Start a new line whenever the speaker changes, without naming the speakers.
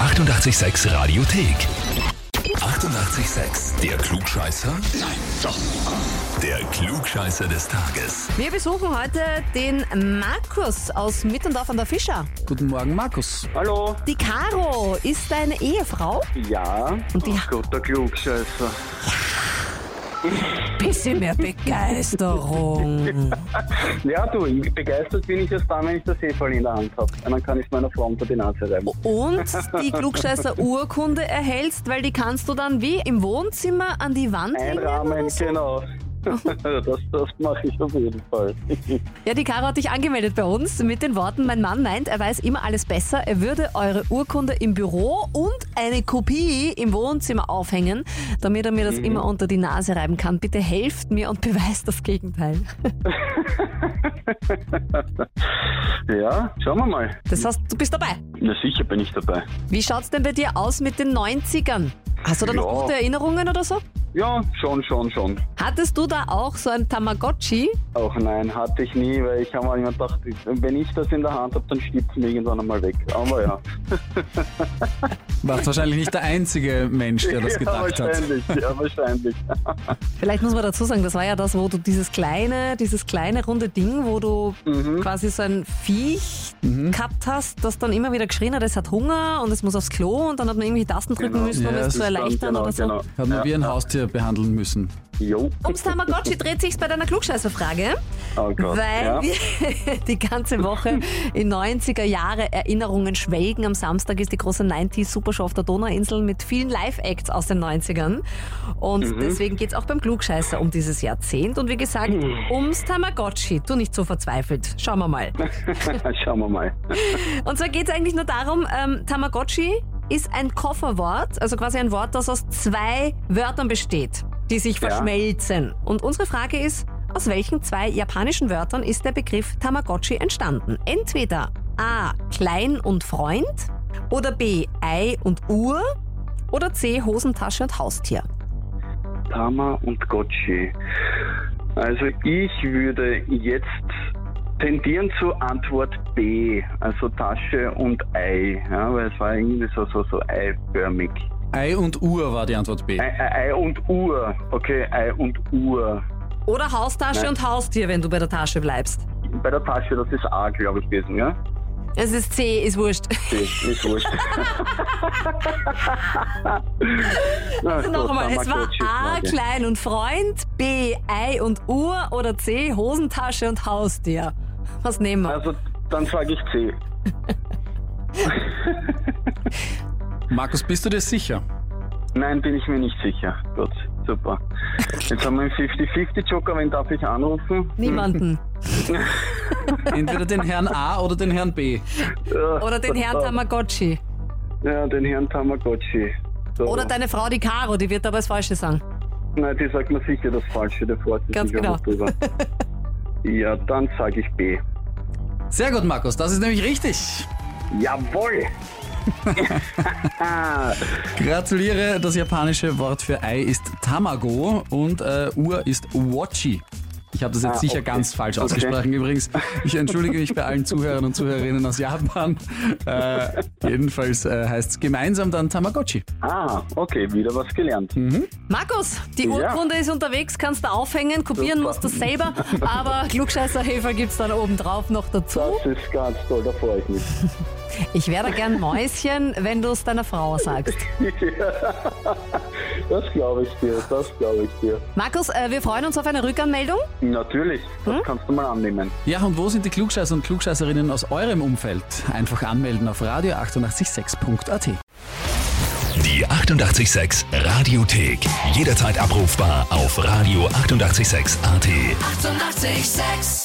886 Radiothek. 88,6. Der Klugscheißer? Nein, doch. Der Klugscheißer des Tages.
Wir besuchen heute den Markus aus Mittendorf an der Fischer.
Guten Morgen, Markus.
Hallo,
Die Caro ist deine Ehefrau.
ja.
Und die
Ach Gott, der Klugscheißer.
bisschen mehr Begeisterung.
Ja, du, ich- begeistert bin ich erst dann, wenn ich das Hefall in der Hand habe. Und dann kann ich es meiner Frau unter die Nase reiben.
Oh. Und die Klugscheißer-Urkunde erhältst, weil die kannst du dann wie im Wohnzimmer an die Wand hängen.
Einrahmen,
oder so.
genau. Das, das mache ich auf jeden Fall.
Ja, die Caro hat dich angemeldet bei uns mit den Worten, mein Mann meint, er weiß immer alles besser, er würde eure Urkunde im Büro und eine Kopie im Wohnzimmer aufhängen, damit er mir das immer unter die Nase reiben kann. Bitte helft mir und beweist das Gegenteil.
Ja, schauen wir mal.
Das heißt, du bist dabei.
Na sicher bin ich dabei.
Wie schaut's denn bei dir aus mit den 90ern? Hast du da noch
Ja.
gute Erinnerungen oder so?
Ja, schon, schon, schon.
Hattest du da auch so ein Tamagotchi?
Auch nein, hatte ich nie, weil ich habe mal immer gedacht, wenn ich das in der Hand habe, dann stirbt es mir irgendwann einmal weg. Aber ja.
Warst wahrscheinlich nicht der einzige Mensch, der das
ja,
gedacht hat.
wahrscheinlich, ja, wahrscheinlich.
Vielleicht muss man dazu sagen, das war ja das, wo du dieses kleine, dieses kleine runde Ding, wo du
Mhm.
quasi so ein Viech gehabt hast, das dann immer wieder geschrien hat, es hat Hunger und es muss aufs Klo und dann hat man irgendwie Tasten drücken
Genau.
müssen, um
Ja,
es
das
zu
ist
erleichtern
genau,
oder so.
genau.
Hat man wie ein Haustier behandeln müssen.
Jo.
Ums Tamagotchi dreht sich's bei deiner Klugscheißerfrage,
Oh Gott.
weil
ja.
wir die ganze Woche in 90er Jahre Erinnerungen schwelgen. Am Samstag ist die große 90 Supershow auf der Donauinsel mit vielen Live-Acts aus den 90ern. Und
Mhm.
deswegen geht's auch beim Klugscheißer um dieses Jahrzehnt. Und wie gesagt,
Mhm.
ums Tamagotchi. Du nicht so verzweifelt. Schauen wir mal.
Schauen wir mal.
Und zwar geht's eigentlich nur darum, ähm, Tamagotchi ist ein Kofferwort, also quasi ein Wort, das aus zwei Wörtern besteht, die sich
Ja.
verschmelzen. Und unsere Frage ist, aus welchen zwei japanischen Wörtern ist der Begriff Tamagotchi entstanden? Entweder A, Klein und Freund oder B, Ei und Uhr oder C, Hosentasche und Haustier.
Tama und Gotchi. Also ich würde jetzt tendieren zur Antwort B, also Tasche und Ei, ja, weil es war irgendwie so, so, so eiförmig.
Ei und Uhr war die Antwort B.
Ei, Ei, Ei und Uhr, okay, Ei und Uhr.
Oder Haustasche
Nein.
und Haustier, wenn du bei der Tasche bleibst.
Bei der Tasche, das ist A, glaube ich, gewesen, ja?
Es ist C, ist wurscht.
C, ist wurscht.
Also nochmal, es war A, Klein und Freund, B, Ei und Uhr oder C, Hosentasche und Haustier. Was nehmen wir?
Also dann sage ich C.
Markus, bist du dir sicher?
Nein, bin ich mir nicht sicher. Gut, super. Jetzt haben wir einen 50-50-Joker, wen darf ich anrufen?
Niemanden.
Entweder den Herrn A oder den Herrn B.
Oder den Herrn Tamagotchi.
Ja, den Herrn Tamagotchi. So.
Oder deine Frau, die Caro, die wird aber das Falsche sagen.
Nein, die sagt mir sicher das Falsche, der freut sich
Ganz
sicher
genau.
auch drüber. Ja, dann sage ich B.
Sehr gut, Markus, das ist nämlich richtig.
Jawohl!
Gratuliere, das japanische Wort für Ei ist Tamago und äh, Uhr ist Wachi. Ich habe das jetzt
Ah,
sicher
okay.
ganz falsch
Okay.
ausgesprochen übrigens. Ich entschuldige mich bei allen Zuhörern und Zuhörerinnen aus Japan. Äh, jedenfalls äh, heißt es gemeinsam dann Tamagotchi.
Ah, okay, wieder was gelernt.
Mhm. Markus, die
Ja.
Urkunde ist unterwegs, kannst du aufhängen, kopieren
Super.
musst du selber, aber Klugscheißerhefer gibt's dann oben drauf noch dazu.
Das ist ganz toll, da freue ich mich.
Ich wäre gern Mäuschen, wenn du es deiner Frau sagst.
Das glaube ich dir, das glaube ich dir.
Markus, äh, wir freuen uns auf eine Rückanmeldung.
Natürlich,
Hm?
das kannst du mal annehmen.
Ja, und wo sind die Klugscheißer und Klugscheißerinnen aus eurem Umfeld? Einfach anmelden auf radio886.at.
Die 88,6 Radiothek. Jederzeit abrufbar auf radio886.at. 88,6.
Sex.